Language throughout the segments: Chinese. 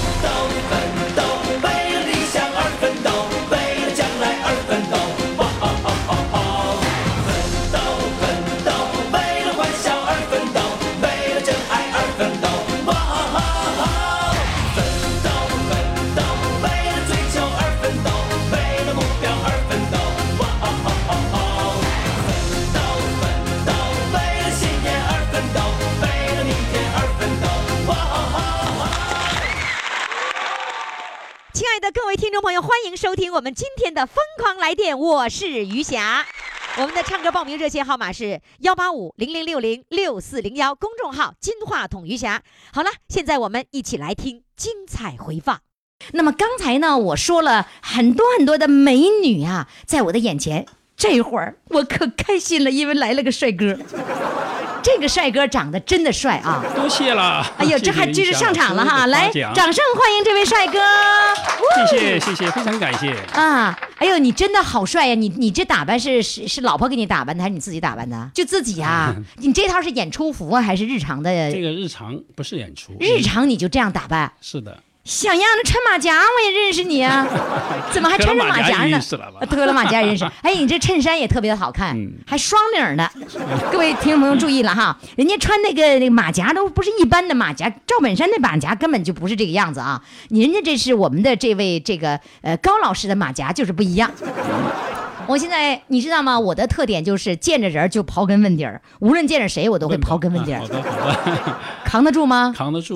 奋斗，奋斗，为了理想而奋斗，为了将来而奋斗，哇哦哦哦哦！奋斗，奋斗，为了欢笑而奋斗，为了真爱而奋斗，哇哦哦哦！奋斗，奋斗，为了追求而奋斗，为了目标而奋斗，哇哦哦哦哦！奋斗，奋斗，为了信念而奋斗，为了明天而奋斗，哇哦哦哦！亲爱的各位听众朋友，欢迎收听我们今天的《疯狂来电》，我是余霞。我们的唱歌报名热线号码是幺八五零零六零六四零幺，公众号“金话筒余霞”。好了，现在我们一起来听精彩回放。那么刚才呢，我说了很多很多的美女啊，在我的眼前。这会儿我可开心了，因为来了个帅哥。这个帅哥长得真的帅啊！多谢了。哎呦，这还真是上场了哈！来，掌掌声欢迎这位帅哥！谢谢谢谢，非常感谢。啊，哎呦，你真的好帅呀、你你这打扮是是是老婆给你打扮的，还是你自己打扮的？就自己 啊？你这套是演出服啊，还是日常的？这个日常不是演出，嗯日常你就这样打扮？是的，小样子，穿马甲我也认识你 啊，怎么还穿着马脱了马甲甲呢认识了吧？脱了马甲认识， 哎，你这衬衫也特别的好看，嗯还双领呢。各位听众朋友注意了哈，人家穿那个那个马甲都不是一般的马甲，赵本山那马甲根本就不是这个样子啊。你人家这是我们的这位这个呃高老师的马甲就是不一样。嗯我现在你知道吗？我的特点就是见着人儿就刨根问底儿，无论见着谁我都会刨根问底儿啊好，的 好扛得住吗的，？扛 得住。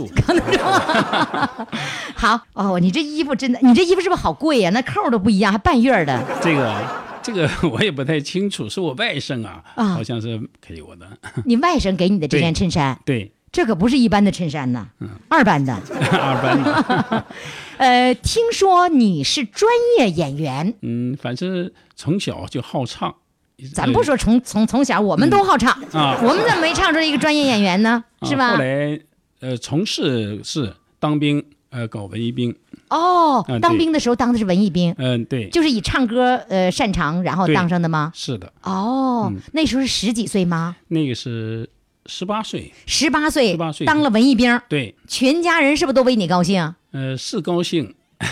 好哦，你这衣服真的，你这衣服是不是好贵呀、那扣儿都不一样，还半月儿 的。这个这个我也不太清楚，是我外甥啊，啊好像是给我的。你外甥给你的这件对衬衫，对， 嗯这可不是一般的衬衫呐，二班的。二班的。呃，听说你是专业演员，嗯，反正从小就好唱。咱不说从从从小，我们都好唱，啊我们怎么没唱出一个专业演员呢？呃 是吧后？来呃，从事是当兵，呃，搞文艺兵。哦啊，当对兵的时候当的是文艺兵，嗯，对，就是以唱歌呃擅长，然后对当上的吗？是的，哦，嗯那时候是十几岁吗？那个是十八岁。十八岁18岁当了文艺兵，对，全家人是不是都为你高兴？呃，是高兴，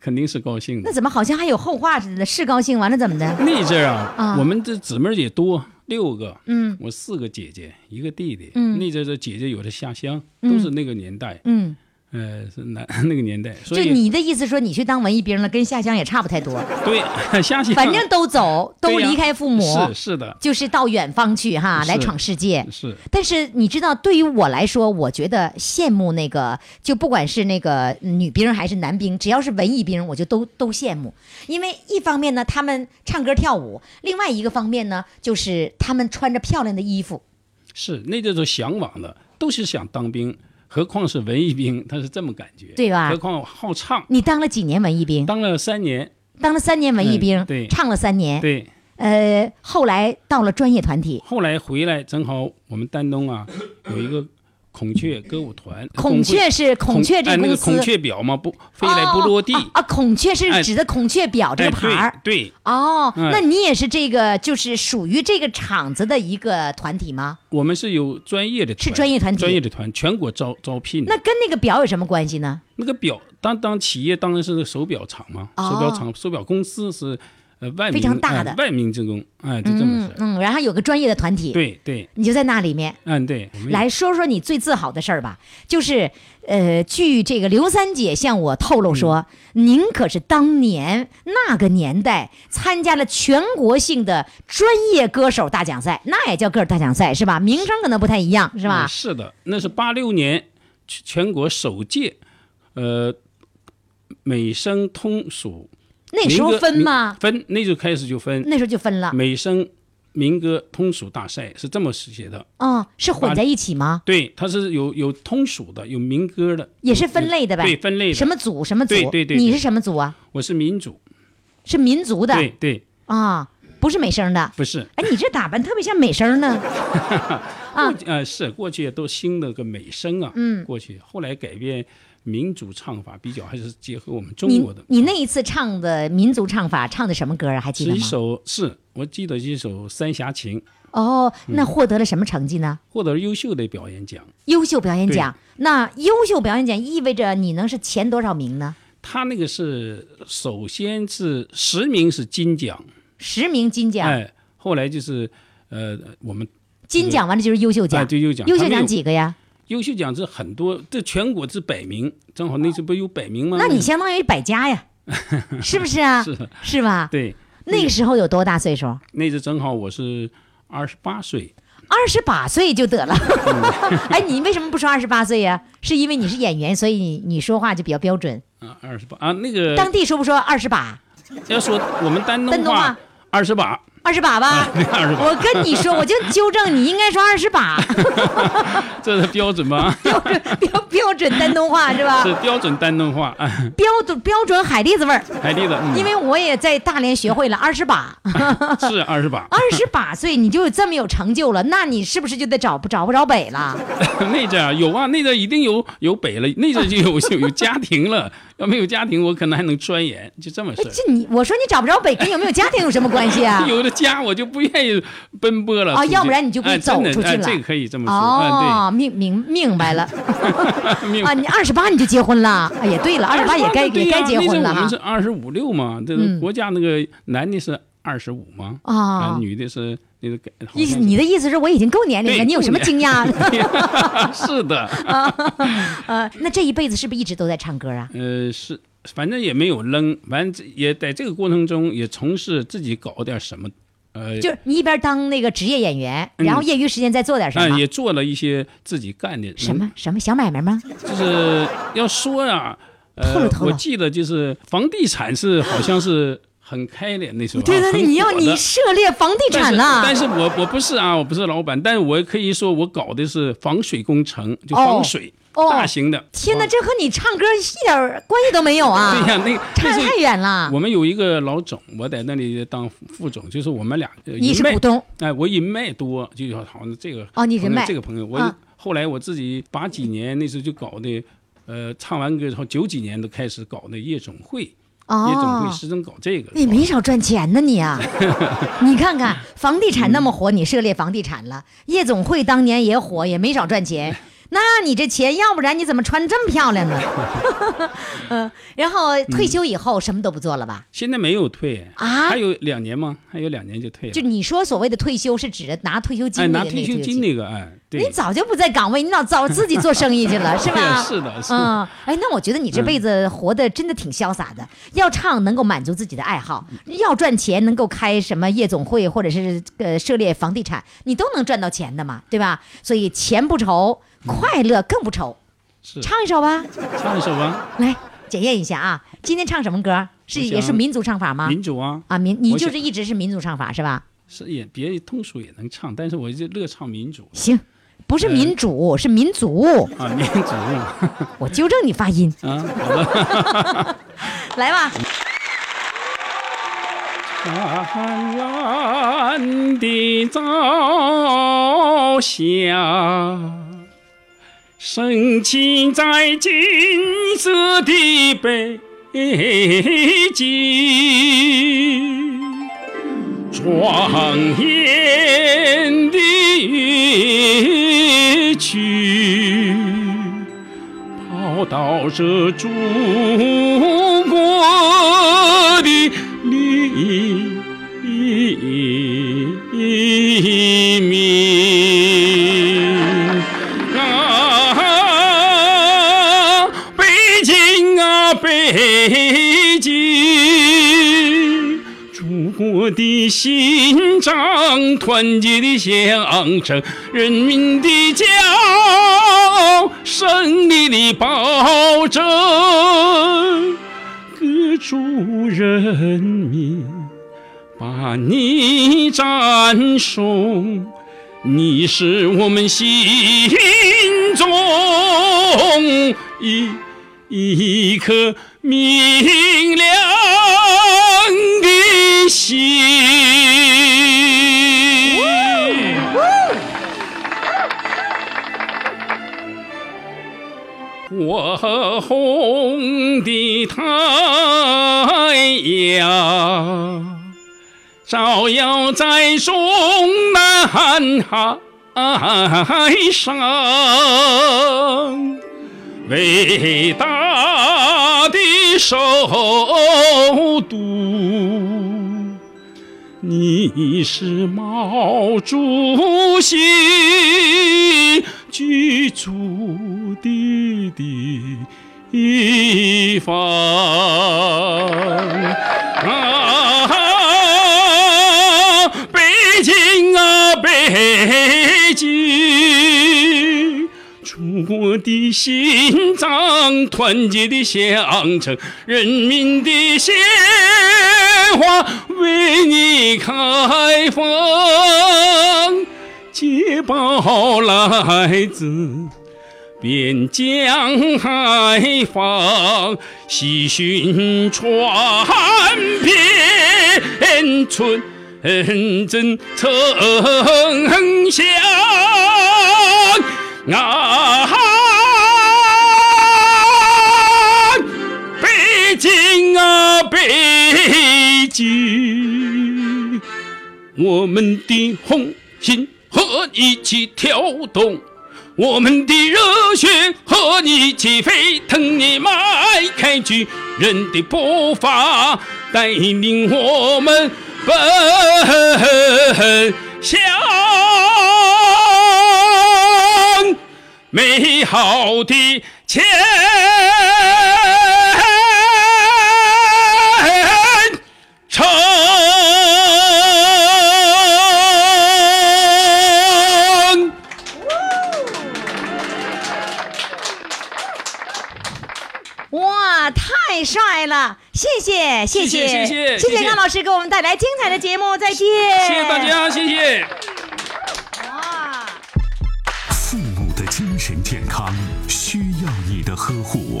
肯定是高兴那的。怎么好像还有后话似的？是高兴完了怎么的？那阵儿啊，啊我们这姊妹儿也多，六个，嗯我四个姐姐，一个弟弟。嗯那阵儿的姐姐有的下乡，嗯都是那个年代，嗯，呃，是南那个 年代，所就以你的意思说你去当文艺兵了，跟下乡也差不太多， 对下乡，反正都走，都对呀离开父母，是是的，就是到远方去哈，是来闯世界。是但是你知道，对于我来说，我觉得羡慕那个，就不管是那个女兵还是男兵，只要是文艺兵，我就都都羡慕。因为一方面呢，他们唱歌跳舞；另外一个方面呢，就是他们穿着漂亮的衣服。是，那阵儿都向往的，都是想当兵，何况是文艺兵，他是这么感觉，对吧何况我好唱，你当了几年文艺兵？当了三年，当了三年文艺兵，嗯对唱了三年，对，呃，后来到了专业团体，后来回来正好我们丹东啊有一个孔雀歌舞团，孔雀是孔雀这哎那公个司，呃孔雀表嘛，不飞来不落地，哦哦哦啊，孔雀是哎指的孔雀表这哎个牌儿。对对，哦，嗯那你也是这个，就是属于这个厂子的一个团体吗？我们是有专业的团，是专业团体专业的团，全国招招聘的。那跟那个表有什么关系呢？那个表，当当企业当然是那个手表厂嘛，哦手表厂、手表公司是呃万非名常大的哎万名之功，哎，就这么嗯事儿。嗯，然后有个专业的团体，对对，你就在那里面。嗯对，我们来说说你最自豪的事儿吧，就是，呃，据这个刘三姐向我透露说，嗯您可是当年那个年代参加了全国性的专业歌手大奖赛，那也叫歌手大奖赛是吧？名称可能不太一样是是吧？啊是的，那是八六年全全国首届，呃，美声通俗那时候民歌嗯分吗嗯民？分，那就开始就分那时候就分了，美声民歌通俗大赛是这么写的，嗯，是混在一起吗？对，它是有有通俗的，有民歌的，也是分类的呗，对分类的什么组什么组，对对对对你是什么组啊？我是民主，是民族的对对，啊，不是美声的。不是，哎，你这打扮特别像美声呢。啊过去呃是过去都兴那个美声啊，嗯过去后来改变民族唱法，比较还是结合我们中你国的。你那一次唱的民族唱法唱的什么歌啊？还记是得一吗？首是我记得一首《三峡情》，哦，嗯那获得了什么成绩呢？获得优秀的表演奖。优秀表演奖。那优秀表演奖意味着你能是前多少名呢？他那个是首先是十名是金奖，十名金奖，哎，后来就是呃我们金奖完了就是优秀奖。哎对优秀奖优秀他们奖有几个呀？优秀奖是很多，这全国是百名，正好那次不有百名吗？那你相当于百家呀，是不是啊？嗯 是是吧？对，那个时候有多大岁数？那次正好我是二十八岁，二十八岁就得了。嗯 哎，你为什么不说二十八岁呀、是因为你是演员，所以你你说话就比较标准。啊，二十八啊，那个当地说不说二十八？要说我们丹丹东东话话二十八，二十八吧？ 二十八，我跟你说，我就纠正你，应该说二十八，这是标准 吧？标准标标准丹东话是吧是？标准丹东话，哎标准标准海蛎子味儿，海蛎子，嗯因为我也在大连学会了二十八，是二十八，二十八岁你就这么有成就了，那你是不是就得找不找不着北了？ 那阵儿有啊，那阵儿一定有有北了，那阵儿就有 有有家庭了，要没有家庭，我可能还能钻研，就这么哎事儿。？这你我说你找不着北跟有没有家庭有什么关系啊有了家，我就不愿意奔波了啊出去要不然你就可以哎走真的出去哎了这个可以这么说，哦，明明明白了哎， 对，命啊！你二十八你就结婚了，哎也对了，二十八也该对也呀该结那阵婚儿了我哈们是。二十五六嘛，这嗯个国家那个男的是二十五嘛，啊啊，女的是那个好像意是思你的意思是我已经够年龄了，对你有什么够惊年讶？是 的，呃，那这一辈子是不是一直都在唱歌啊？呃，是，反正也没有扔，反正这也在这个过程中也从事自己搞点什么，呃，就是你一边当那个职业演员，然后业余时间再做点什啊么？嗯也嗯做了一些自己干的什么什么小买卖吗？就是要说啊，透露呃，透露我记得就是房地产是好像是很开的那时候啊，对对对，很你要火的你涉猎房地但产是了，但是我我不是啊，我不是老板，但我可以说我搞的是防水工程，就哦防水、哦大型的。天哪，哪，这和你唱歌一点儿关系都没有啊！对呀、那个差那得是太远了。我们有一个老总，我在那里当副副总，就是我们俩。呃你是人脉股东？哎，我人脉多，就好像这个哦你人朋友脉这个朋友，我、啊后来我自己八几年那时候就搞的，呃，唱完歌之后九几年都开始搞的夜总会，夜总会哦，始终搞这个。哦你没少赚钱呢，你 啊！你看看房地产那么火，你涉猎房地产了，夜总会当年也火，也没少赚 钱。那你这钱，要不然你怎么穿这么漂亮呢？ 嗯，然后退休以后什么都不做了吧？现在没有退啊还有两年吗？还有两年就退了就。你说所谓的退休，是指的拿退休金哎，那个拿那个退休金。那个，哎，对，你早就不在岗位，你老早自己做生意去了，是对呀吧？ 是的，是的。嗯，哎，那我觉得你这辈子活得真的挺潇洒嗯的。要唱能够满足自己的爱好，要赚钱能够开什么夜总会或者是呃涉猎房地产，你都能赚到钱的嘛，对吧？所以钱不愁，快乐更不愁。嗯是唱一首吧，唱一首吧，来检验一下啊。今天唱什么歌？是我想也是民族唱法吗？民族啊，啊，民你我就想是一直是民族唱法是吧？是也别通俗也能唱，但是我就乐唱民族行，不是呃民主，是民族。啊，民族啊，我纠正你发音，好了。来吧。湛蓝的朝霞，升起在金色的北京，庄严的乐曲。报道着祖国的黎明。啊，北京啊，北京，祖国的心脏，团结的象征，人民的骄傲，胜利的保证。各族人民把你赞颂，你是我们心中一一颗明亮的心。我红的太阳照耀在中南海上，伟大的首都。你是毛主席居住的地方。啊，北京啊，北京。祖国的心脏，团结的象征，人民的鲜花为你开放，捷报来自。边疆海防，喜讯传遍村镇城乡。啊，北京啊，北京，我们的红心和你一起跳动。我们的热血和你一起沸腾，你迈开巨人的步伐，带领我们奔向美好的前程。哇，太帅了！谢谢，谢谢谢谢谢谢谢谢谢高老师给我们带来精彩的节目，再见，谢谢大。家，谢谢。哇父母的精神健康需要你的呵护，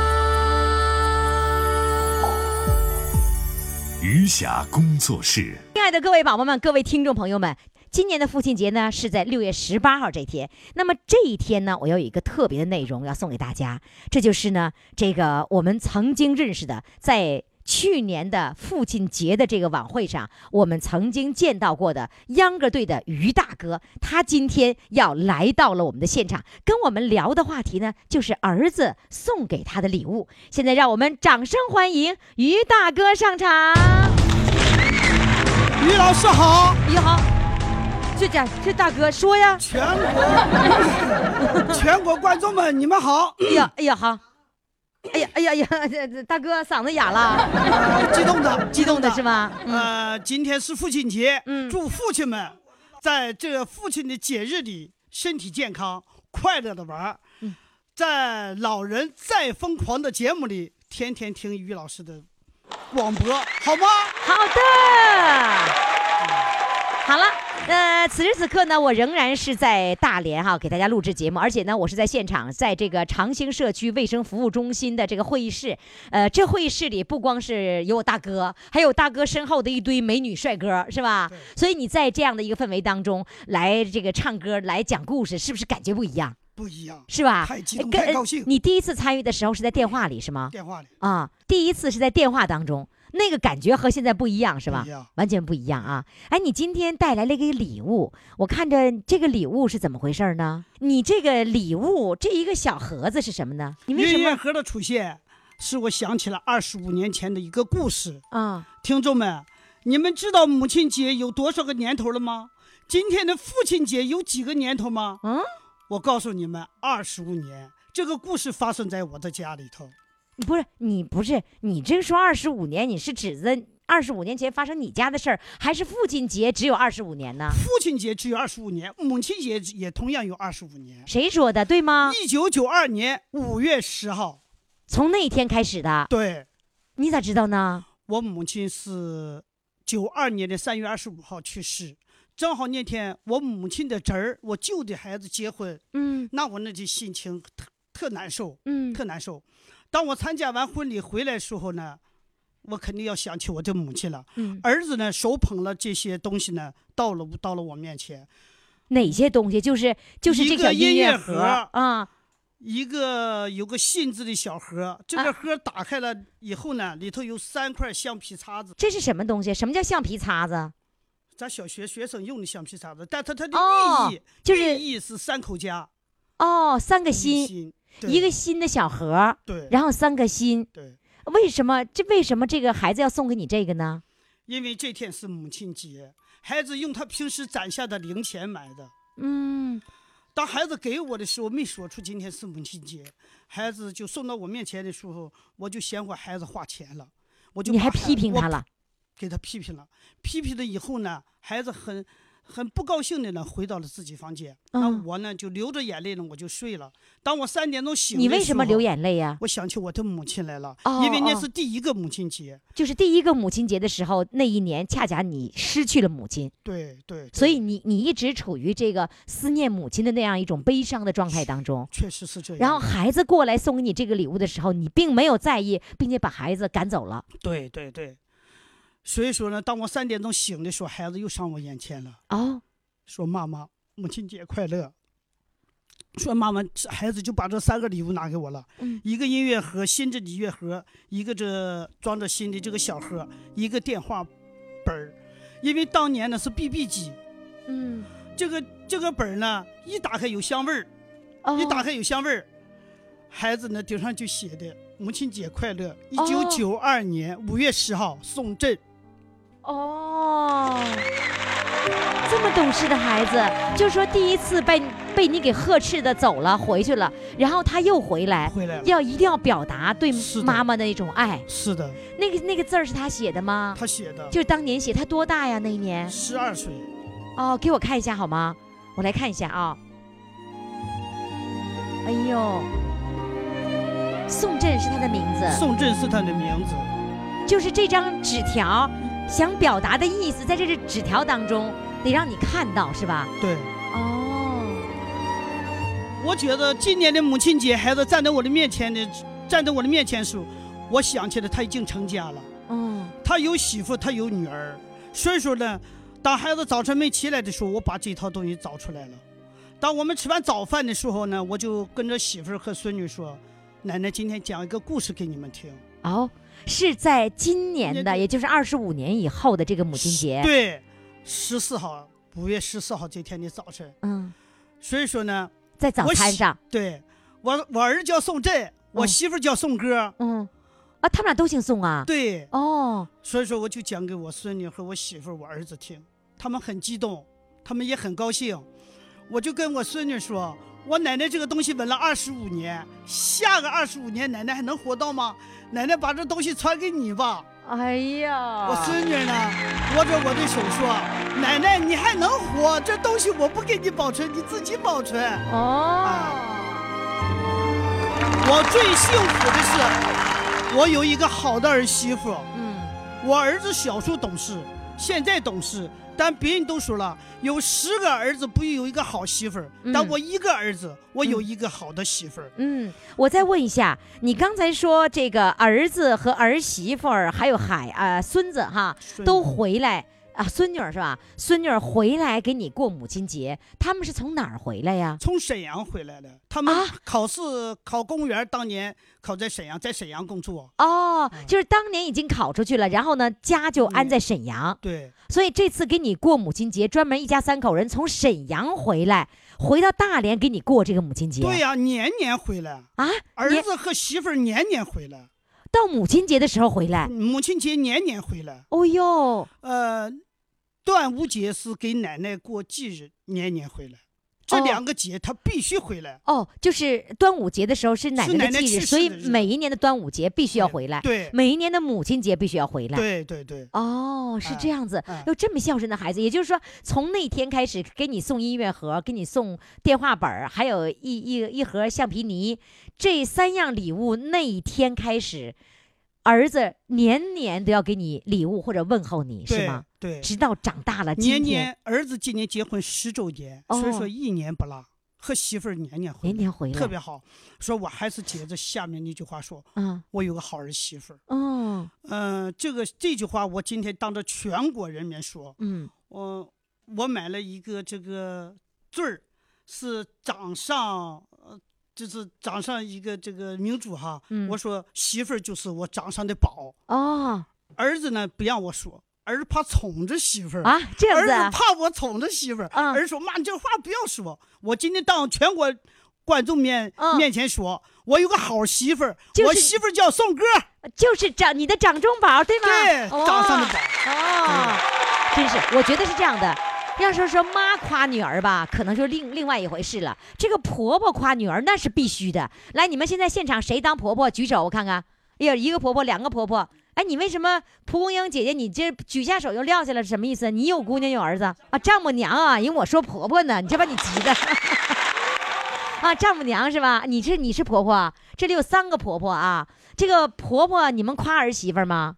余霞工作室。亲爱的各位宝宝们，各位听众朋友们，今年的父亲节呢是在六月十八号这天。那么这一天呢，我要有一个特别的内容要送给大家，这就是呢，这个我们曾经认识的，在去年的父亲节的这个晚会上，我们曾经见到过的秧歌队的于大哥，他今天要来到了我们的现场，跟我们聊的话题呢，就是儿子送给他的礼物。现在让我们掌声欢迎于大哥上场。于老师好，你好，这家这大哥说呀，全国 全国观众们，你们好，哎呀哎呀好，哎呀哎呀哎呀，这这大哥嗓子哑了，激动的，激动的是嗯吧？吗？呃，今天是父亲节，嗯祝父亲们在这个父亲的节日里身体健康，快乐的玩儿。嗯在《老人再疯狂》的节目里，天天听于老师的广播，好吗？好的。好了，呃，此时此刻呢，我仍然是在大连哈、给大家录制节目，而且呢，我是在现场，在这个长兴社区卫生服务中心的这个会议室。呃，这会议室里不光是有我大哥，还有我大哥身后的一堆美女帅哥，是吧？所以你在这样的一个氛围当中来这个唱歌、来讲故事，是不是感觉不一样？不一样，是吧？哎太激动跟呃太高兴你第一次参与的时候是在电话里是吗？电话里啊，第一次是在电话当中，那个感觉和现在不一样是吧不一样？完全不一样啊！哎，你今天带来了一个礼物，我看着这个礼物是怎么回事呢？你这个礼物这一个小盒子是什么呢？你为什音乐么盒的出现，使我想起了二十五年前的一个故事。啊？听众们，你们知道母亲节有多少个年头了吗？今天的父亲节有几个年头吗？嗯，我告诉你们，二十五年。这个故事发生在我的家里头。不是你不是你这说二十五年，你是指的二十五年前发生你家的事儿，还是父亲节只有二十五年呢？父亲节只有二十五年，母亲节也同样有二十五年。谁说的？对吗？一九九二年五月十号，从那一天开始的，对你咋知道呢？我母亲是九二年的三月二十五号去世，正好那天我母亲的侄儿，我舅的孩子结婚，嗯那我那这心情特特难受，嗯特难受。当我参加完婚礼回来的时候呢，我肯定要想起我的母亲了。嗯，儿子呢，手捧了这些东西呢，到了到了我面前，哪些东西？就是就是这一个音音乐盒盒啊，一个有个信字的小盒，这啊个盒打开了以后呢，里头有三块橡皮擦子，这是什么东西？什么叫橡皮擦子？咱小学学生用的橡皮擦子，但它它的哦寓意、就是寓意是三口家，哦，三个心，心一个新的小盒，对然后三个心。对，为什么这为什么这个孩子要送给你这个呢？因为这天是母亲节，孩子用他平时攒下的零钱买的。嗯，当孩子给我的时候，没说出今天是母亲节，孩子就送到我面前的时候，我就嫌我孩子花钱了，我就你还把孩批评我他了？给他批评了，批评了以后呢，孩子很很不高兴的呢，回到了自己房间。那嗯我呢就流着眼泪呢，我就睡了。当我三点钟醒，你为什么流？眼泪呀、我想起我的母亲来了，哦因为那哦是第一个母亲节。就是第一个母亲节的时候，那一年恰恰你失去了母亲，对对，对所以你你一直处于这个思念母亲的那样一种悲伤的状态当中。确实是这样。然后孩子过来送给你这个礼物的时候，你并没有在意，并且把孩子赶走了。对对对，所以说呢，当我三点钟醒的时候，孩子又上我眼前了，哦，说妈妈，母亲节快乐。说妈妈，这孩子就把这三个礼物拿给我了，嗯一个音乐盒，新的音乐盒，一个这装着新的这个小盒，一个电话本儿，因为当年呢是 BB 机，嗯，这个这个本儿呢一打开有香味儿，哦一打开有香味儿，孩子呢顶上就写的“母亲节快乐”，一哦九九二年五月十号送朕。哦，这么懂事的孩子，就说第一次被被你给呵斥的走了回去了，然后他又回来，回来了。要一定要表达对是的妈妈的一种爱。是的，那个那个字儿是他写的吗？他写的。就是当年写，他多大呀？那一年十二岁，哦，给我看一下好吗？我来看一下啊。哎呦，宋震是他的名字。宋震是他的名字。就是这张纸条想表达的意思，在这纸条当中得让你看到，是吧？对，哦，我觉得今年的母亲节，孩子站在我的面前的，站在我的面前的时候，我想起来他已经成家了，嗯，他有媳妇，他有女儿，所以说呢，当孩子早晨没起来的时候，我把这套东西找出来了。当我们吃完早饭的时候呢，我就跟着媳妇儿和孙女说：“奶奶今天讲一个故事给你们听。哦，是在今年的，也也就是二十五年以后的这个母亲节。”，对，十四号，五月十四号这天的早晨。嗯，所以说呢，在早我餐喜上，对我我儿子叫宋震，我嗯媳妇儿叫宋歌。嗯，啊，他们俩都姓宋啊。对，哦，所以说我就讲给我孙女和我媳妇儿、我儿子听，他们很激动，他们也很高兴。我就跟我孙女说，我奶奶这个东西纹了二十五年，下个二十五年奶奶还能活到吗？奶奶把这东西传给你吧。哎呀，我孙女呢，握着我的手说，奶奶你还能活，这东西我不给你保存，你自己保存。啊哦，我最幸福的是，我有一个好的儿媳妇。嗯，我儿子小时候懂事，现在懂事，但别人都说了，有十个儿子不有一个好媳妇儿，嗯但我一个儿子，我有一个好的媳妇儿。嗯，我再问一下，你刚才说这个儿子和儿媳妇儿，还有海啊、孙子哈，所以都回来啊，孙女儿是吧？孙女儿回来给你过母亲节，他们是从哪儿回来呀？从沈阳回来的，他们啊考试、考公务员，当年考在沈阳，在沈阳工作。哦，嗯就是当年已经考出去了，然后呢，家就安在沈阳，对，所以这次给你过母亲节，专门一家三口人从沈阳回来，回到大连给你过这个母亲节。对呀、年年回来，啊，儿子和媳妇儿年年回来，到母亲节的时候回来。母亲节年年回来。哦呦，呃，端午节是给奶奶过忌日，年年回来。这哦两个节他必须回来。哦，就是端午节的时候是奶是奶奶的奶忌日，去世所以的日子每一年的端午节必须要回来，对每一年的母亲节必须要回来。对对对，哦，是这哎样子哎，有这么孝顺的孩子，也就是说，从那天开始给你送音乐盒，给你送电话本儿，还有一一一盒橡皮泥，这三样礼物，那一天开始，儿子年年都要给你礼物或者问候你，是对吗？对直到长大了，年今天年儿子今年结婚十周年，所以哦说一年不落，和媳妇儿年年回年年回来，特别好。说我还是接着下面那句话说，啊，我有个好儿媳妇儿。哦，嗯、这个这句话我今天当着全国人民说，嗯，我、我买了一个这个坠儿，是掌上呃，就是掌上一个这个明珠哈。嗯我说媳妇儿就是我掌上的宝，哦儿子呢不让我说，儿子怕宠着媳妇儿啊，这样儿子子啊，怕我宠着媳妇儿，嗯儿子说：“妈，你这话不要说。”我今天当全国观众面、嗯面前说，我有个好媳妇儿，就是我媳妇儿叫宋歌，就是长你的掌中宝，对吗？对，哦掌上的宝。哦，真是，我觉得是这样的。要说说妈夸女儿吧，可能就另另外一回事了。这个婆婆夸女儿那是必须的。来，你们现在现场谁当婆婆举手，我看看。哎呀，一个婆婆，两个婆婆。哎，你为什么蒲公英姐姐你这举下手就撂下了？什么意思？你有姑娘有儿子啊？丈母娘啊，因为我说婆婆呢，你这把你急的。 啊，丈母娘是吧？你这你是婆婆啊，这里有三个婆婆啊。这个婆婆，你们夸儿媳妇儿吗？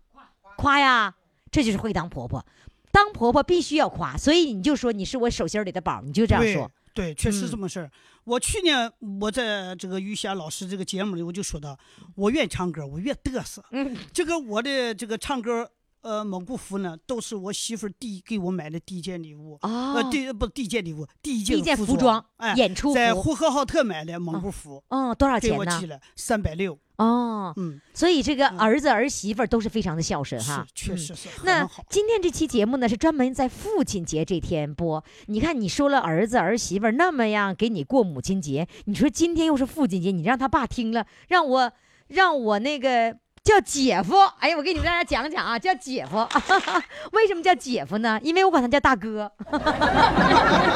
夸呀，这就是会当婆婆。当婆婆必须要夸，所以你就说你是我手心里的宝，你就这样对说。对，确实嗯这么事儿。我去年我在这个于霞老师这个节目里，我就说到，我越唱歌我越嘚瑟。嗯，这个我的这个唱歌呃蒙古服呢，都是我媳妇儿第一给我买的第一件礼物。哦呃，第不第一件礼物，第一第件一件服服装，哎，演出在服，呼和浩特买的蒙古服，嗯，多少给钱我呢寄？了三百六，哦，嗯，所以这个嗯儿子儿媳妇儿都是非常的孝顺是哈，确嗯实是很那好。今天这期节目呢，是专门在父亲节这天播。你看，你说了儿子儿媳妇儿那么样给你过母亲节，你说今天又是父亲节，你让他爸听了，让我让我那个叫姐夫。哎呀，我给你们大家讲讲啊，叫姐夫。 为什么叫姐夫呢？因为我管他叫大哥，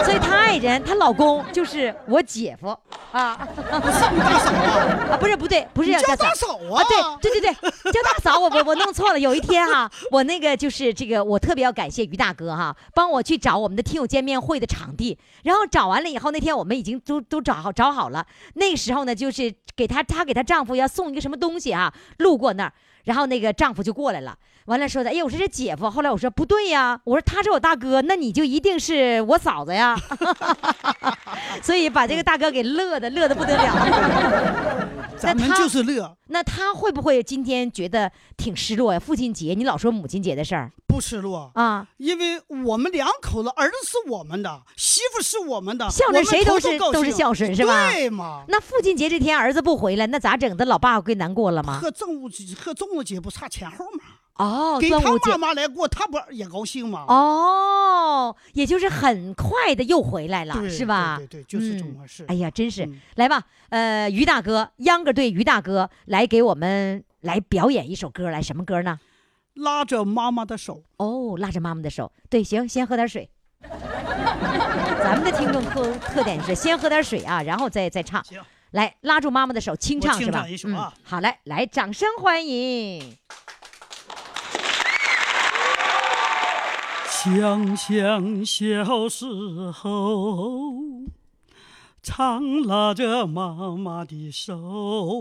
所以他爱人她老公就是我姐夫啊。 啊，不是不对，不是你叫叫大嫂。嫂啊啊，，对对对对，叫大嫂，我我我弄错了。有一天哈、我那个就是这个，我特别要感谢于大哥哈、帮我去找我们的听友见面会的场地。然后找完了以后，那天我们已经都都找好找好了。那个时候呢，就是给她她给她丈夫要送一个什么东西啊，路过那儿，然后那个丈夫就过来了。完了说的，哎呦，我说这姐夫。后来我说不对呀，我说他是我大哥，那你就一定是我嫂子呀。 所以把这个大哥给乐的，乐的不得了。咱们那他就是乐，那他会不会今天觉得挺失落呀？父亲节，你老说母亲节的事儿不失落。啊，因为我们两口子，儿子是我们的，媳妇是我们的，孝我顺们谁都头是高都是兴孝顺是吧对嘛？那父亲节这天儿子不回来，那咋整的？老爸会难过了吗？和正午和中午节不差前后嘛，哦，给端他午节妈妈来过，他不也高兴吗？哦，也就是很快的又回来了，对，是吧？对对，对就是这嗯么回事。哎呀，真是、嗯来吧，呃，于大哥，秧歌队于大哥来给我们来表演一首歌，来什么歌呢？拉着妈妈的手，哦，拉着妈妈的手，对，行，先喝点水。咱们的听众特特点是先喝点水啊，然后再再唱。行，来拉住妈妈的手，清唱我是吧？清唱一首啊嗯，好嘞，来，掌声欢迎。想想小时候，常拉着妈妈的手，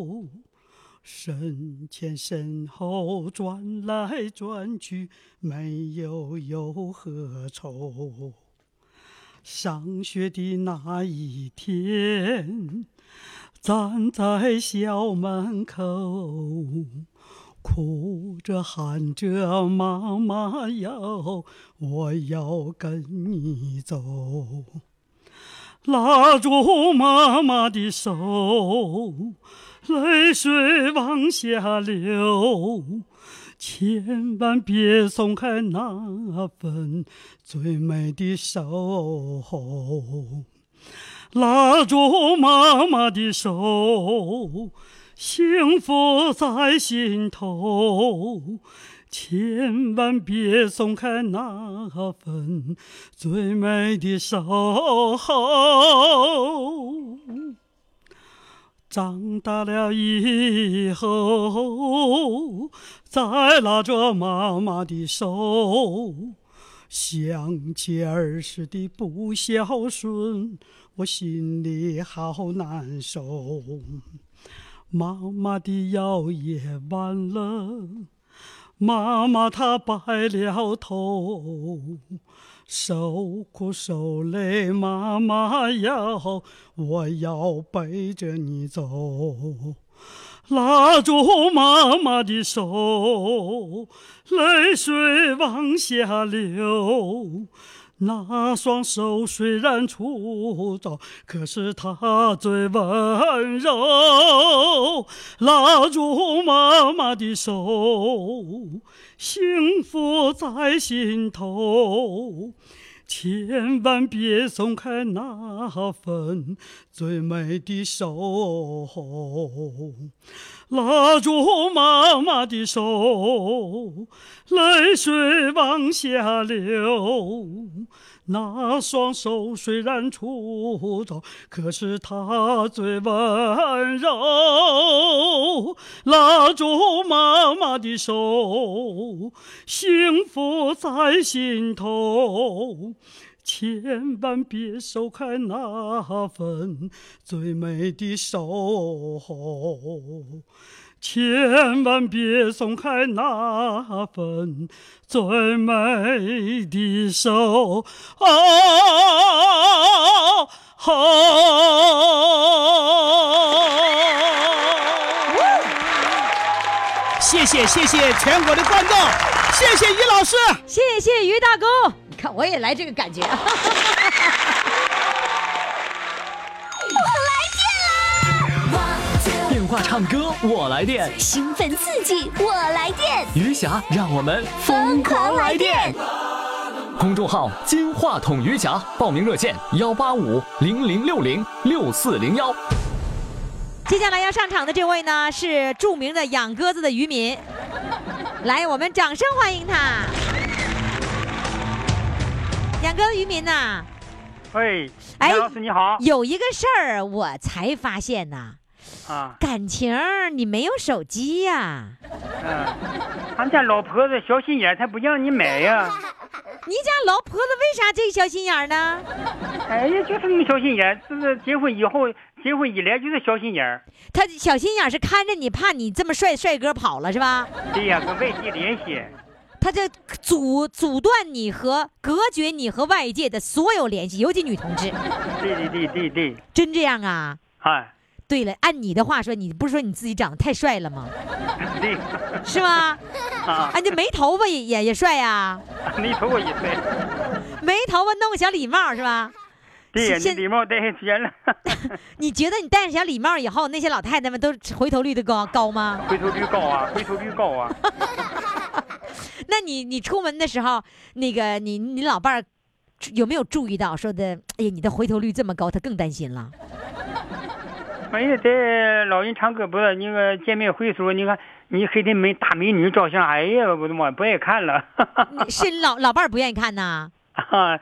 身前身后转来转去，没有忧和愁。上学的那一天，站在校门口。哭着喊着妈妈哟，我要跟你走。拉住妈妈的手，泪水往下流，千万别松开那份最美的守候。拉住妈妈的手，幸福在心头，千万别松开那份最美的守候。长大了以后，再拉着妈妈的手，想起儿时的不孝顺，我心里好难受。妈妈的腰也弯了，妈妈她白了头，受苦受累，妈妈呀，我要背着你走。拉住妈妈的手，泪水往下流。那双手虽然粗糙，可是它最温柔。拉住妈妈的手，幸福在心头。千万别松开那份最美的手，拉住妈妈的手，泪水往下流。那双手虽然粗糙，可是它最温柔。拉住妈妈的手，幸福在心头。千万别松开那份最美的手，千万别松开那份最美的手。啊哦谢谢谢谢全国的观众，谢谢于老师。谢谢于大哥，你看我也来这个感觉。啊电话唱歌我来电，兴奋刺激，我来电，余霞让我们疯狂来电！公众号“金话筒余霞”，报名热线：幺八五零零六零六四零幺。接下来要上场的这位呢，是著名的养鸽子的渔民。来，我们掌声欢迎他。养鸽子渔民呐、喂，哎杨老师你好有一个事儿我才发现呐、啊，感情儿你没有手机呀、俺家老婆子小心眼儿，她不让你买呀。你家老婆子为啥这小心眼儿呢？哎呀，就是那么小心眼儿，就是结婚以后，结婚以来就是小心眼儿。她小心眼儿是看着你，怕你这么帅帅哥跑了是吧？对哎呀，跟外地联系。她这阻阻断你和隔绝你和外界的所有联系，尤其女同志，对对对对对，真这样啊？啊，对了，按你的话说，你不是说你自己长得太帅了吗？对是吗？啊，啊，你没头发也也也帅呀、你瞅我一岁。没头发弄个小礼帽是吧？对呀，现你礼貌戴上绝了，你觉得你戴上小礼帽以后，那些老太太们都回头率都高高吗？回头率高啊，回头率高啊。那你你出门的时候，那个你你老伴儿有没有注意到说的？哎呀，你的回头率这么高，他更担心了。哎呀，这老人唱歌不是那个见面会的时候，你看你给那美大美女照相，哎呀，我的妈，不爱看了。 你是你老老伴儿不愿意看呐？啊，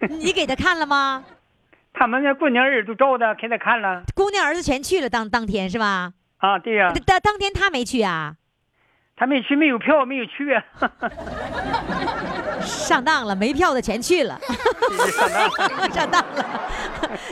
你给他看了吗？他们那过年日都照的，给他看了姑娘儿子全去了当当天是吧？啊。对呀、当当天他没去啊，他没去，没有票，没有去啊。上当了，没票的全去了，上当了上当了。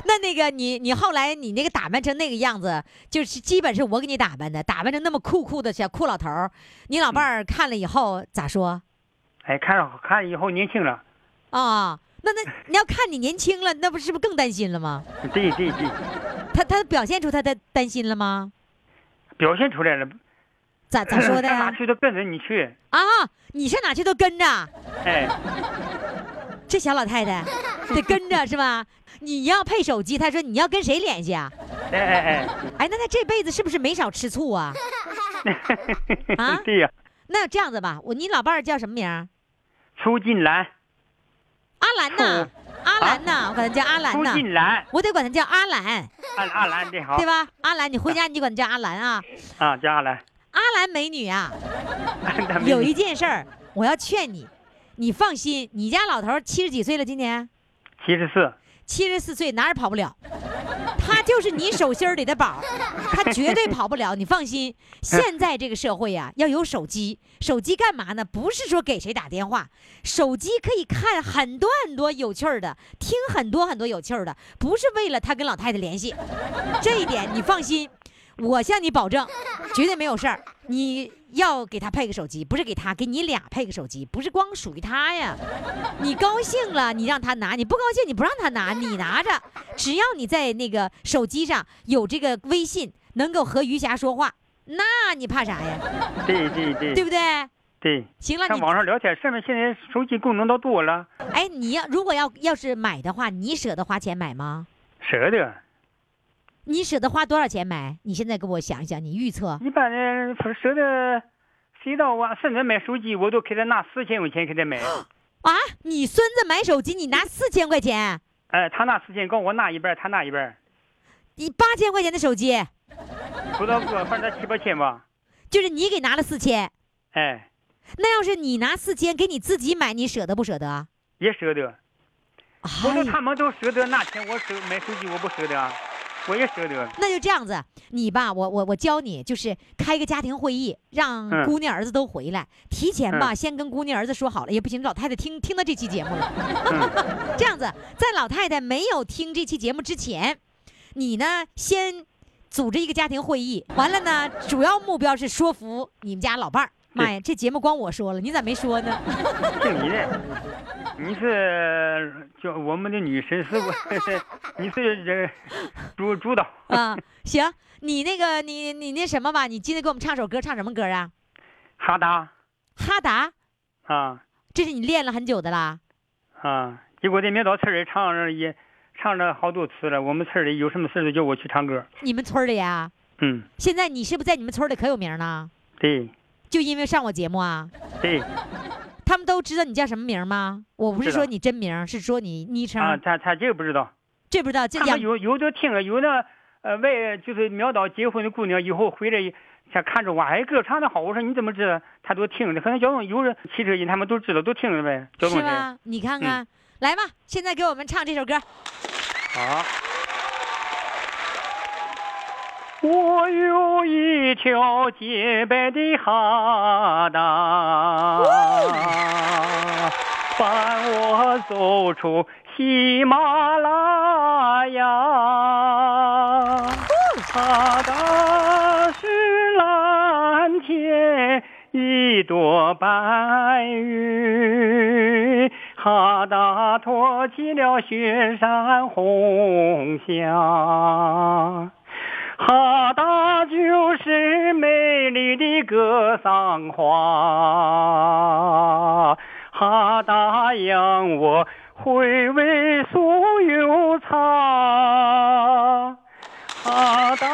那那个你你后来你那个打扮成那个样子，就是基本是我给你打扮的，打扮成那么酷酷的小酷老头儿，你老伴儿看了以后咋说 哎，看了看了以后年轻了，啊、那那你要看你年轻了，那不是不是更担心了吗？对对对，他他表现出他的担心了吗？表现出来了。咋咋说的 上呀哪？去都跟着你去，啊，你上哪去都跟着。哎，这小老太太得跟着是吧？你要配手机，她说你要跟谁联系啊？哎哎哎，那她这辈子是不是没少吃醋啊？哎，啊 对呀、那这样子吧，我你老伴儿叫什么名儿？出金兰，阿兰呐，阿兰呐，我管他叫阿兰出啊呐，金兰，我得管他叫阿兰，阿阿兰啊的好，对吧？阿兰，你回家你就管她叫阿兰啊。啊，叫阿兰，阿兰美女啊， 他没有一件事儿我要劝你，你放心，你家老头七十几岁了，今年七十四，七十四岁哪儿也跑不了，他就是你手心儿里的宝儿，他绝对跑不了，你放心。现在这个社会呀、要有手机，手机干嘛呢？不是说给谁打电话，手机可以看很多很多有趣儿的，听很多很多有趣儿的，不是为了他跟老太太联系，这一点你放心。我向你保证，绝对没有事儿。你要给他配个手机，不是给他，给你俩配个手机，不是光属于他呀。你高兴了，你让他拿；你不高兴，你不让他拿，你拿着。只要你在那个手机上有这个微信，能够和余霞说话，那你怕啥呀？对对对，对不对？对，行了，上你网上聊天，上面现在手机功能都多了，哎，你要如果要要是买的话，你舍得花钱买吗？舍得。你舍得花多少钱买？你现在给我想一想，你预测一般的不是舍得，谁到我孙子买手机，我都给他拿四千块钱给他买。啊？你孙子买手机，你拿四千块钱，哎，他拿四千，跟我拿一半，他拿一半，你八千块钱的手机，不到多，反正他七八千吧。就是你给拿了四千。哎，那要是你拿四千给你自己买，你舍得不舍得？也舍得。我说哎，他们都舍得拿钱，我舍买手机我不舍得啊，我也舍得。那就这样子，你吧，我我我教你，就是开个家庭会议，让嗯姑娘儿子都回来，提前吧，嗯先跟姑娘儿子说好了，也不行，老太太听听到这期节目了。嗯，这样子，在老太太没有听这期节目之前，你呢先组织一个家庭会议，完了呢，主要目标是说服你们家老伴儿。妈呀，这节目光我说了，你咋没说呢？姓你的，你是叫我们的女神是 我，你是这主主导。啊，行，你那个你你那什么吧，你今天给我们唱首歌，唱什么歌啊？哈达哈达，啊这是你练了很久的啦。啊！结果这明早村里唱着也唱着好多次了，我们村里有什么事都叫我去唱歌。你们村儿里呀、嗯，现在你是不是在你们村儿里可有名了？对就因为上我节目啊，对他们都知道你叫什么名吗？我不是知说道你真名，是说你昵称。啊，他他这个不知道，这不知道，这他养们有有的听，有的呃外就是苗岛结婚的姑娘以后回来。想看着我，哎，歌唱的好，我说你怎么知道？他都听着，可能交通有人汽车人，他们都知道，都听着呗。交通是人，吧？你看嗯看，来吧，现在给我们唱这首歌。好。我有一条洁白的哈达，伴我走出喜马拉雅。哈达是蓝天，一朵白云。哈达托起了雪山红霞。哈达就是美丽的格桑花，哈达让我回味所有茶。哈达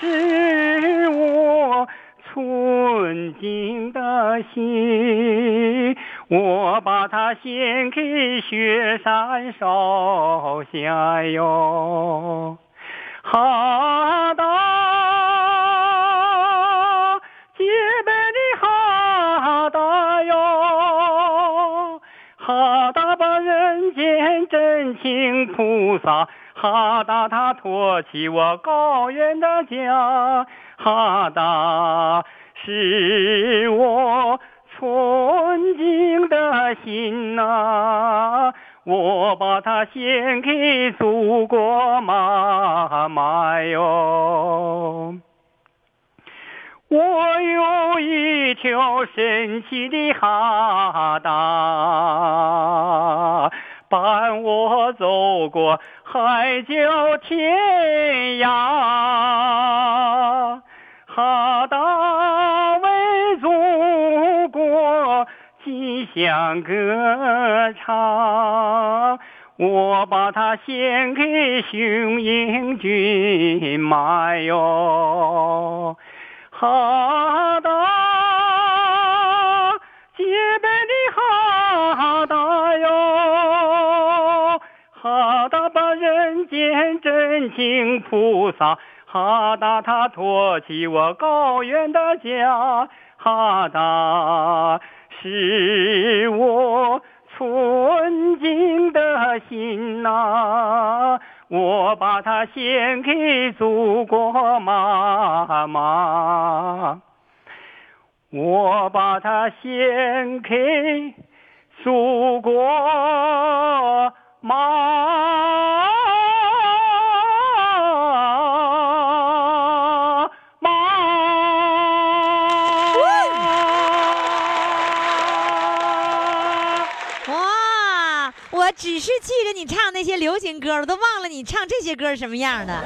是我纯净的心，我把它献给雪山烧香哟。哈达，洁白的哈达哟，哈达把人间真情菩萨，哈达他托起我高原的家，哈达是我纯净的心呐、我把它献给祖国妈妈哟。我有一条神奇的哈达，伴我走过海角天涯。哈达为祖国吉祥歌唱，我把它献给雄鹰骏马哟。哈达，洁白的哈达哟，哈达把人间真情菩萨，哈达他托起我高原的家，哈达是我纯净的心呐、我把它献给祖国妈妈，我把它献给祖国妈妈。只是记着你唱那些流行歌，我都忘了你唱这些歌是什么样的。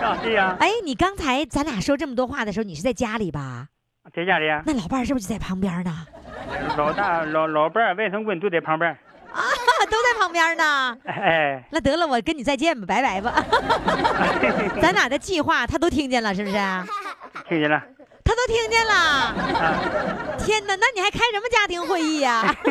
咋的啊呀？哎，你刚才咱俩说这么多话的时候，你是在家里吧？在家里啊，那老伴儿是不是就在旁边呢？ 老大、老老伴儿、外甥闺女都在旁边儿。啊，都在旁边呢。哎，那得了，我跟你再见吧，拜 拜吧。咱俩的计划他都听见了，是不是？他听见了？都听见了。啊，天哪，那你还开什么家庭会议呀、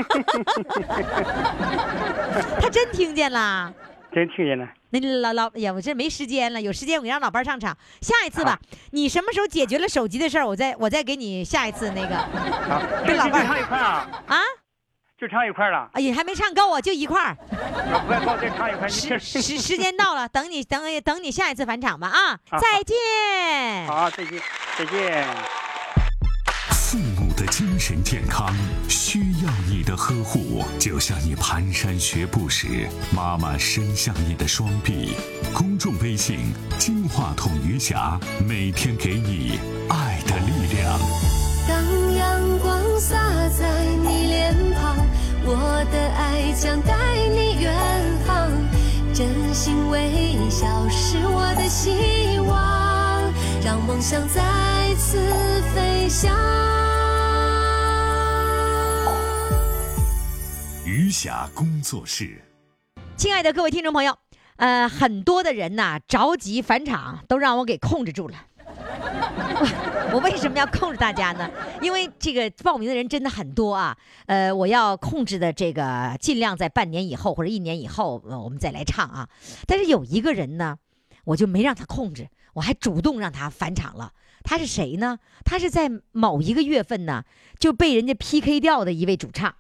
他真听见了。真听见了。那老老哎呀，我这没时间了，有时间我让老伴儿上场。下一次吧，你什么时候解决了手机的事儿，我再我再给你下一次那个好，就跟老就伴儿唱一块儿啊，啊。就唱一块儿了。哎呀，还没唱够啊，就一块儿。要不要跟我再唱一块儿？你时听。时时间到了，等你等等你下一次返场吧啊！好再见。好，再见，再见。父母的精神健康需要你的呵护，就像你蹒跚学步时，妈妈伸向你的双臂。公众微信“金话筒余霞”，每天给你爱的力量。当阳光洒在你脸庞，我的爱将带你远航。真心微笑是我的希望，让梦想再次飞翔。余霞工作室。亲爱的各位听众朋友，呃，很多的人呐、着急返场，都让我给控制住了。 我我为什么要控制大家呢？因为这个报名的人真的很多啊。呃，我要控制的这个尽量在半年以后或者一年以后、呃我们再来唱啊。但是有一个人呢，我就没让他控制，我还主动让他返场了。他是谁呢？他是在某一个月份呢就被人家 PK 掉的一位主唱。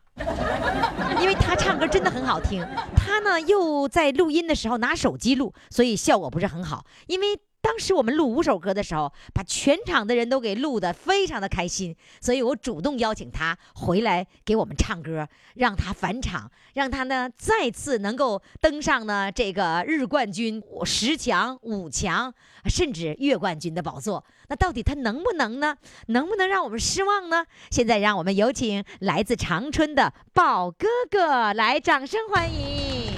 因为他唱歌真的很好听，他呢又在录音的时候拿手机录，所以效果不是很好。因为当时我们录五首歌的时候，把全场的人都给录得非常的开心，所以我主动邀请他回来给我们唱歌，让他返场，让他呢再次能够登上呢这个日冠军、十强、五强，甚至月冠军的宝座。那到底他能不能呢？能不能让我们失望呢？现在让我们有请来自长春的宝哥哥来，掌声欢迎！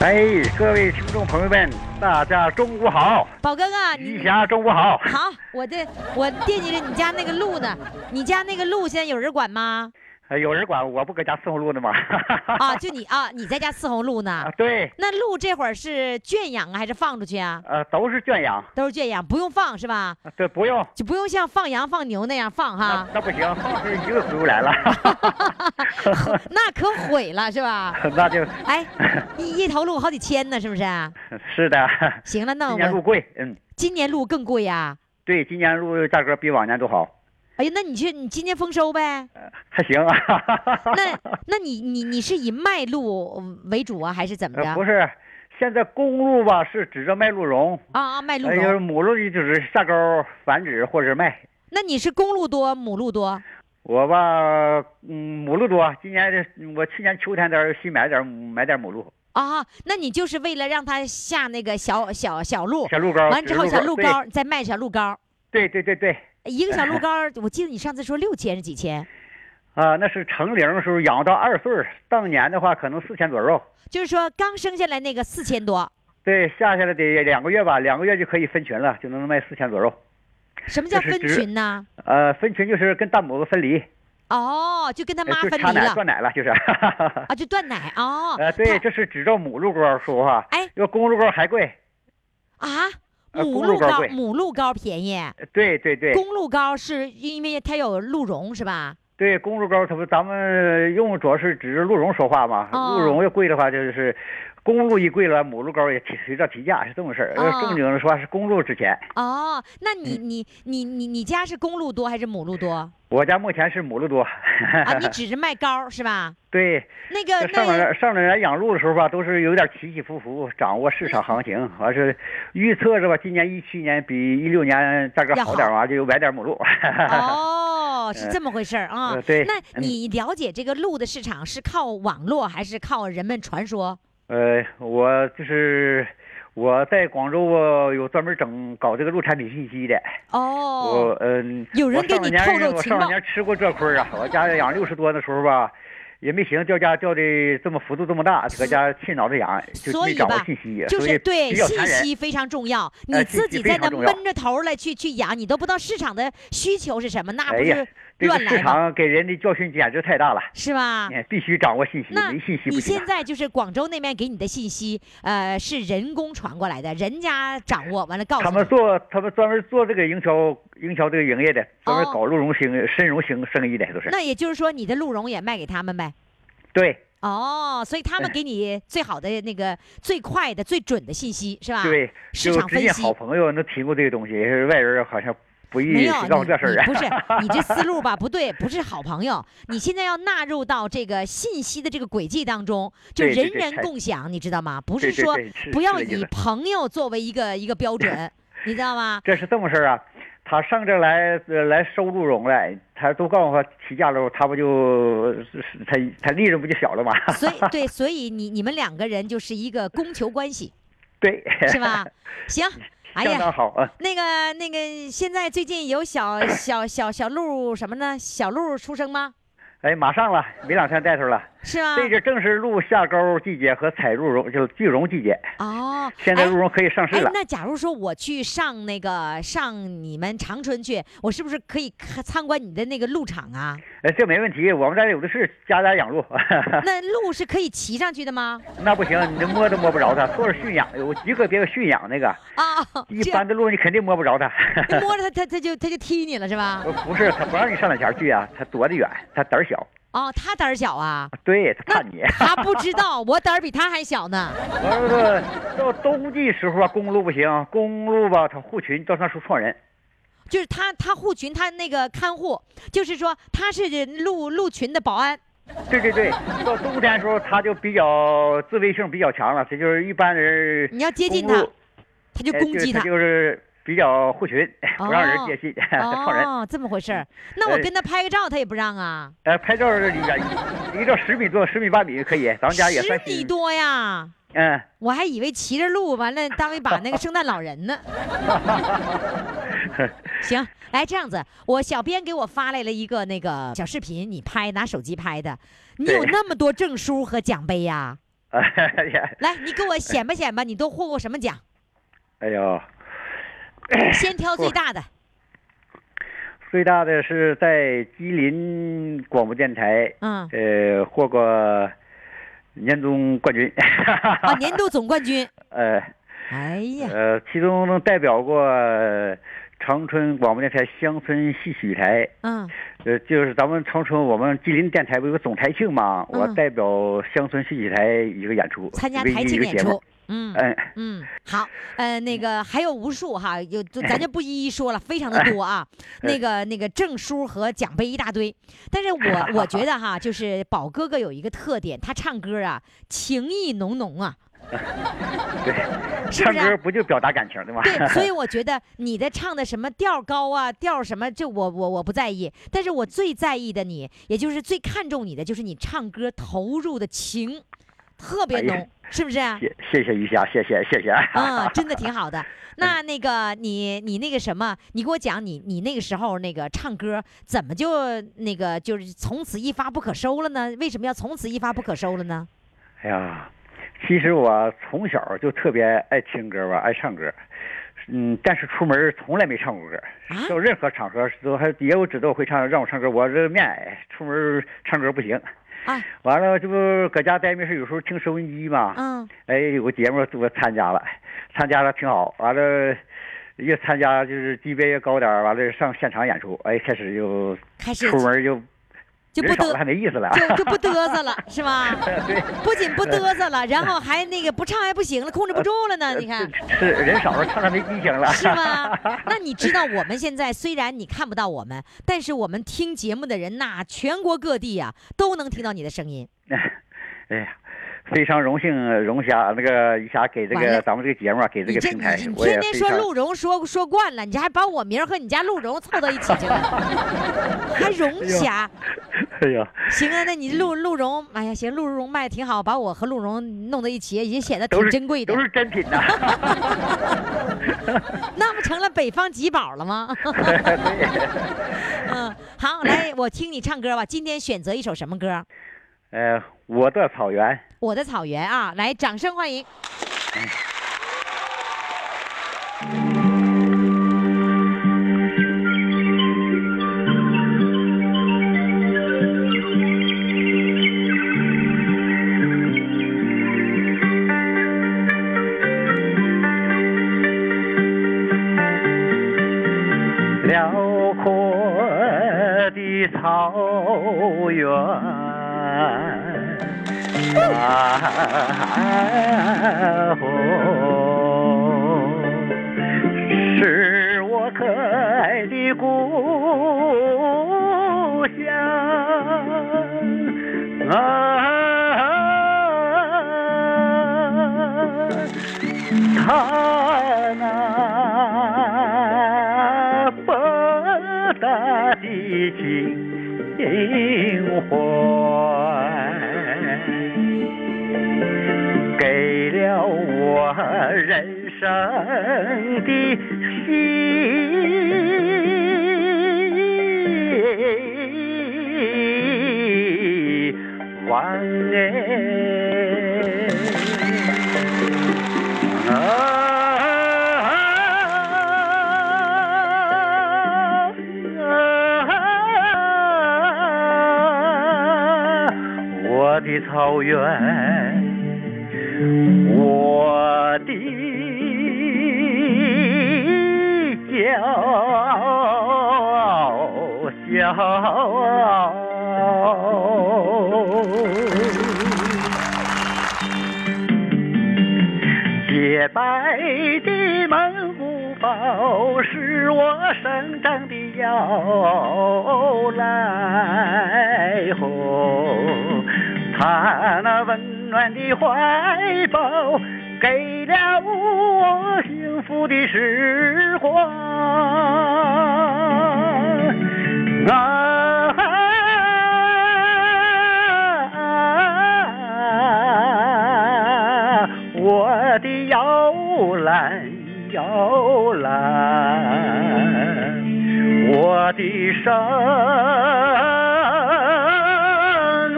哎，各位听众朋友们，大家中午好，宝哥哥，余你霞中午好。好，我这我惦记着你家那个鹿呢，你家那个鹿现在有人管吗？哎有人管我不搁家伺候路呢吗？啊，就你啊，你在家伺候鹿呢啊，？ 对，那鹿这会儿是圈养啊，还是放出去啊？呃，都是圈养，都是圈养，不用放是吧？对，不用，就不用像放羊放牛那样放那哈，那不行，放是一个回不来了， 那可毁了是吧？那就哎，一一头鹿好几千呢，是不是？是的，行了，那今我年入们贵，嗯，今年鹿更贵啊呀、对，今年入价格比往年都好，哎呀，那你去，你今年丰收呗？还行啊。那那你你你是以卖鹿为主啊，还是怎么 呃着不？是，现在公路吧是指着卖鹿茸，啊啊，卖鹿哎，就是茸。母鹿就是下沟繁殖或者卖。那你是公鹿多，母鹿多？我吧，嗯，母鹿多，今年这我去年秋天的时候新买点儿买点儿母鹿，啊，那你就是为了让它下那个小小小鹿，小鹿羔，完之后小鹿鹿羔你再卖小鹿羔，对对对对对，一个小鹿 羔，我记得你上次说六千是几千？啊，那是成龄的时候养到二岁儿，当年的话可能四千左右，就是说刚生下来那个四千多。对，下下来得两个月吧，两个月就可以分群了，就能卖四千左右。什么叫就是分指群呢？呃，分群就是跟大母分离，哦，就跟他呃妈就分掐离奶了断奶了，就是。 啊，就断奶哦。呃，对，它这是指着母鹿羔说话，哎要公鹿羔还贵。啊，呃母公鹿鹿羔羔贵母鹿羔便宜。呃对对对公鹿羔是因为它有鹿茸是吧？对，公鹿羔它不，咱们用主要是指着鹿茸说话嘛。哦鹿茸要贵的话，就是公鹿一贵了，母鹿羔也提随着提价，是这么事儿。要哦正经的说是公鹿值钱，哦，那你嗯你你你你家是公鹿多还是母 鹿多我家目前是母鹿多。啊？你指着卖羔是吧？ 对，那个上面那来上面来养鹿的时候吧，都是有点起起伏伏，掌握市场行情，完是预测着吧，今年一七年比一六年价格要好点儿嘛，就买点母鹿。 哦，是这么回事儿啊呃。对那嗯你了解这个鹿的市场是靠网络还是靠人们传说？呃，我就是我在广州啊，有专门整搞这个鹿产品信息的。我哦，嗯，有人我上给你两透年露我情上两报年吃过这亏儿啊，我家养六十多的时候吧，也没寻思掉价掉的这么幅度这么大，搁家气脑子痒，就所没以掌握吧信息，，就所是以对比较信残忍。息非常重要。呃你信自息己非在那常重要闷着头儿来去去养，你都不知道市场的需求是什么，那哎不呀是，这个乱市来吗？场给人的教训简直太大了，是吧？哎必须掌握信息，那没信息不你行现啊。在就是广州那边给你的信息，呃，是人工传过来的，人家掌握完了告诉他们你。做，他们专门做这个营销、营销这个营业的，专门哦搞鹿茸生、参茸生生意的，都是。那也就是说，你的鹿茸也卖给他们呗？对哦，所以他们哎给你最好的那个、最快的、最准的信息是吧？对，啊市就场只分有析好。朋友能提供这个东西，外人好像不没易有，知道这事儿你啊。 你不是你这思路吧？不对，不是好朋友。你现在要纳入到这个信息的这个轨迹当中，就对对人对人太共享，你知道吗？不对是对说对是不要是这意以思朋友作为一个一个标 准，你知道吗？这是这么事儿啊，他上这儿来呃来收鹿茸来，他都告诉他提价了，他不就是他他利润不就小了吗？ 所以对，所以你你们两个人就是一个供求关系，对，是吧？行，哎相当呀。好啊。那个那个，现在最近有小小小小鹿什么呢？小鹿出生吗？哎，马上了，没两天带头了。是吗？这就正是鹿下钩季节和采鹿茸，就是聚茸季节。哦，现在哎鹿茸可以上市哎了，。那假如说我去上那个上你们长春去，我是不是可以看参观你的那个鹿场啊？哎，这没问题，我们这儿有的是家家 养鹿。那鹿是可以骑上去的吗？那不行，你摸都摸不着它，都是驯养，有极个别有驯养那个，啊， 一这般的鹿你肯定摸不着它。那摸着它，它它就它就踢你了 是吧？不是，它不让你上两前去啊，它躲得远，它胆儿小，哦，它胆儿小 啊，对，它那怕你。它不知道，我胆儿比它还小呢。完了，到冬季时候啊，公鹿不行，公鹿吧，它护群到那处撞人。就是它它护群，它那个看护，就是说它是鹿鹿群的保安。对对对，到冬天的时候，它就比较自卫性比较强了，这就是一般人。你要接近公它鹿，它就哎攻就是击它它。就是比较护群，不让人哦接近，它撞人。哦，这么回事儿。那我哎跟它拍个照，它也不让啊。呃，拍照是离远，离到十米多、十米八米可以，咱们家也算十米新。多呀。嗯， 我还以为骑着鹿完了，单位把那个圣诞老人呢。 行，来这样子，我小编给我发来了一个那个小视频，你拍拿手机拍的，你有对那么多证书和奖杯呀、哎呀，来，你给我显摆显摆，你都获过什么奖？哎呦，先 挑最大的，最大的是在吉林广播电台， 嗯，呃，获过年终冠军。 啊，年度总冠军。呃哎呀，呃，其中能代表过长春广播电台乡村戏曲台，嗯，呃，就是咱们长春我们吉林电台不有个总台庆嘛，我嗯代表乡村戏曲台一个演出，参加一个台一个庆一个演节目出，，嗯。嗯。嗯，好，呃，那个还有无数哈，有就咱就不一一说了，非常的多啊。哎那个那个证书和奖杯一大堆，但 是我我觉得哈，就是宝哥哥有一个特点，他唱歌啊情意浓浓 啊，是不唱是啊歌不就表达感情 的吗？对，所以我觉得你的唱的什么调高啊，调什么，这我我我不在意，但是我最在意的你，也就是最看重你的，就是你唱歌投入的情，特别哎呀浓，是不是、 啊？谢谢谢于霞，谢谢谢谢。啊，真的挺好的。嗯那那个你你那个什么，你给我讲你你那个时候那个唱歌怎么就那个就是从此一发不可收了呢？为什么要从此一发不可收了呢？ 哎呀，其实我从小就特别爱听歌吧，爱唱歌。嗯，但是出门从来没唱过歌，啊到任何场合都还也有指导会唱，让我唱歌，我这面矮，出门唱歌不行。啊，完了，这不搁家待没事，有时候听收音机嘛。嗯，哎，有个节目我参加了，参加了挺好。完了，越参加就是级别越高点儿，完了上现场演出，哎，开始就开始出门就就不人少嘚了，还没意思了。就就不嘚瑟了，是吧？不仅不嘚瑟了，然后还那个不唱还不行了，控制不住了呢。你看，是人少了，唱唱没激情了。是吗？啊那你知道我们现在虽然你看不到我们，但是我们听节目的人呐，全国各地呀、都能听到你的声音。哎呀， 非常荣幸呃荣霞那个于霞给这完了个咱们这个节目啊，给这你个这平你台这，你我也天天非说常鹿茸说说惯了，你这还把我名儿和你家鹿茸凑到一起去了，还 荣霞？哎呀，行啊，那你鹿鹿茸，哎呀，行，鹿茸卖得挺好，把我和鹿茸弄到一起，也显得都挺是珍贵的都，是真品呐。 那不成了北方极宝了吗？ 嗯，好，来，我听你唱歌吧。今天选择一首什么歌？呃，我的草原，我的草原啊，来，掌声欢迎。辽阔的草原，啊，哦，是我可爱的故乡啊，它那博大的情怀，给了我人生的希望哎。啊啊！我的草原，我的骄傲，骄傲。洁白的蒙古包是我生长的摇来哦，它那温暖的怀抱给了我幸福的时光啊。啊，我的摇篮，摇篮，我的生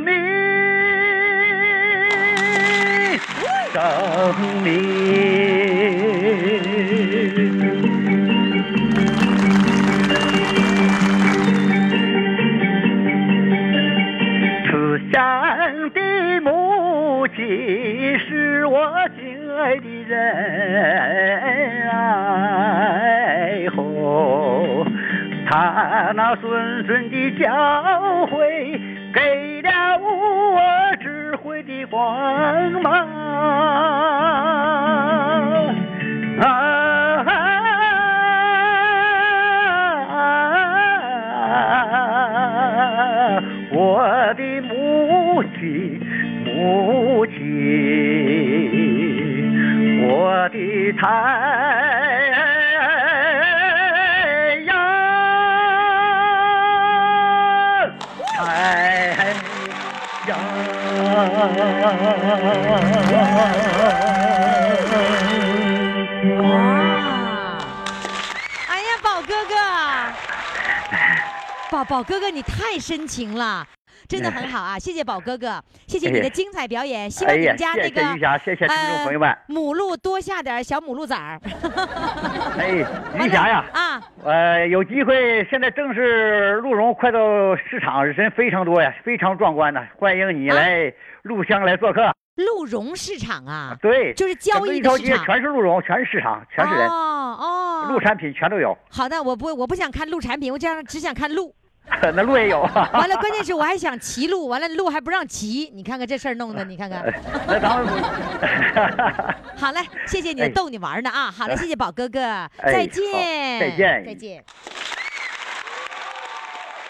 命，生命。慈祥的母亲是我敬爱的人哎吼，她那谆谆的教诲给了我智慧的光芒啊。啊，我的母亲，母亲，我的太阳，太阳。哎呀，宝哥哥，宝宝哥哥，你太深情了，真的很好啊！谢谢宝哥哥，谢谢你哎的呀精彩表演，希嗯望哎你呀们家，谢那谢个玉霞，谢谢听众朋友们呃。母鹿多下点小母鹿崽儿。哎，余霞呀，啊，呃，有机会，现在正是鹿茸快到市场，人非常多呀，非常壮观呐，欢迎你啊来鹿乡来做客。鹿茸市场啊，对，就是交整个易一的条市街场，全是鹿茸，全是市场，全是人，哦哦，鹿产品全都有， 好的，我不我不想看鹿产品，我这样只想看鹿。那鹿也有。完了，关键是我还想骑鹿，完了鹿还不让骑，你看看这事儿弄的，你看看。 那咱 们好嘞，谢谢你哎逗你玩儿呢啊！好嘞，谢谢宝哥哥，哎再好见，再见再见。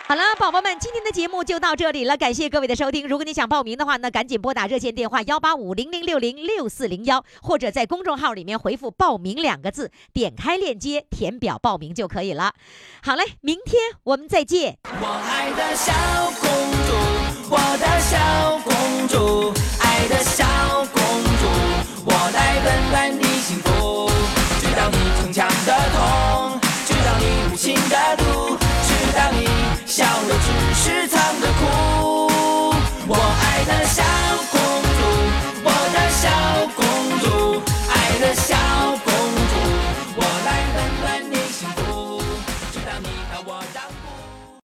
好了，宝宝们，今天的节目就到这里了，感谢各位的收听。如果你想报名的话呢，赶紧拨打热线电话幺八五零零六零六四零幺，或者在公众号里面回复“报名”两个字，点开链接填表报名就可以了。好嘞，明天我们再见。我爱的小公主，我的小公主，爱的小公主，我来温暖你幸福。